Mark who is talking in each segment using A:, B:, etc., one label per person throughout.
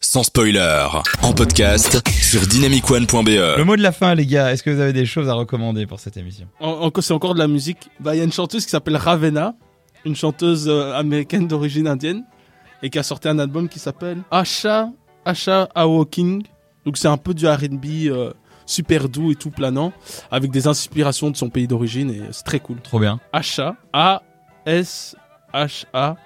A: sans spoiler, en podcast sur dynamicone.be.
B: Le mot de la fin, les gars, est-ce que vous avez des choses à recommander pour cette émission
C: En- en- c'est encore de la musique. Bah, Il y a une chanteuse qui s'appelle Ravenna, une chanteuse euh, américaine d'origine indienne, et qui a sorti un album qui s'appelle Asha, Asha Awaking. Donc c'est un peu du RB euh, super doux et tout planant, avec des inspirations de son pays d'origine, et c'est très cool.
B: Trop bien.
C: Asha, A-S-H-A,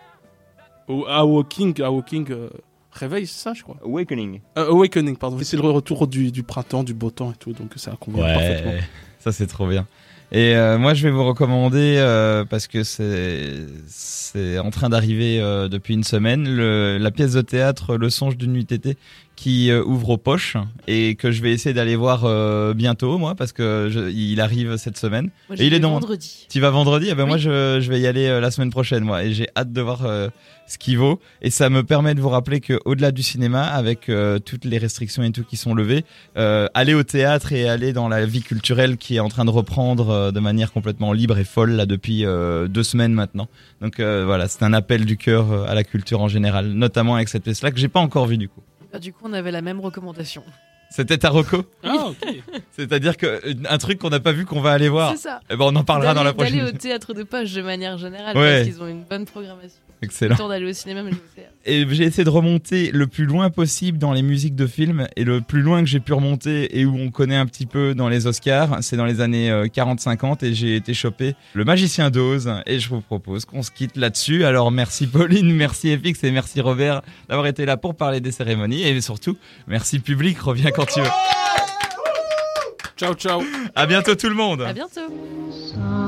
C: ou Awaking, Awaking, euh, réveil, c'est ça je crois.
D: Awakening.
C: Euh, awakening, pardon. Et C'est le retour du, du printemps, du beau temps et tout, donc ça convient parfaitement.
B: ça c'est trop bien. Et euh, moi, je vais vous recommander euh, parce que c'est c'est en train d'arriver euh, depuis une semaine le, la pièce de théâtre Le songe d'une nuit été qui euh, ouvre aux poches et que je vais essayer d'aller voir euh, bientôt moi parce que je- il arrive cette semaine.
E: Moi,
B: Et il
E: j'y
B: est
E: vais
B: dans-
E: vendredi.
B: Tu vas vendredi Eh ben
E: Oui.
B: moi je, je vais y aller euh, la semaine prochaine moi et j'ai hâte de voir euh, ce qu'il vaut et ça me permet de vous rappeler que au-delà du cinéma avec euh, toutes les restrictions et tout qui sont levées euh, aller au théâtre et aller dans la vie culturelle qui est en train de reprendre euh, de manière complètement libre et folle là depuis euh, deux semaines maintenant donc euh, voilà c'est un appel du cœur euh, à la culture en général notamment avec cette pièce là que j'ai pas encore vue du coup
E: Bah, du coup, on avait la même recommandation.
B: c'était Taroko
C: Ah, ok.
B: c'est-à-dire que euh, un truc qu'on n'a pas vu qu'on va aller voir
E: C'est ça.
B: eh ben on en parlera dans la
E: D'aller-
B: prochaine
E: D'aller au théâtre de poche de manière générale
B: Ouais.
E: parce qu'ils ont une bonne programmation.
B: excellent
E: Le temps d'aller au cinéma, mais je sais.
B: et j'ai essayé de remonter le plus loin possible dans les musiques de films et le plus loin que j'ai pu remonter et où on connaît un petit peu dans les Oscars, c'est dans les années euh, 40-50 et j'ai été chopé le magicien d'Oz et je vous propose qu'on se quitte là-dessus. Alors merci Pauline, merci FX et merci Robert d'avoir été là pour parler des cérémonies et surtout merci public, reviens quand tu veux.
C: Ciao, ciao.
B: À bientôt tout le monde.
E: À bientôt.
F: Some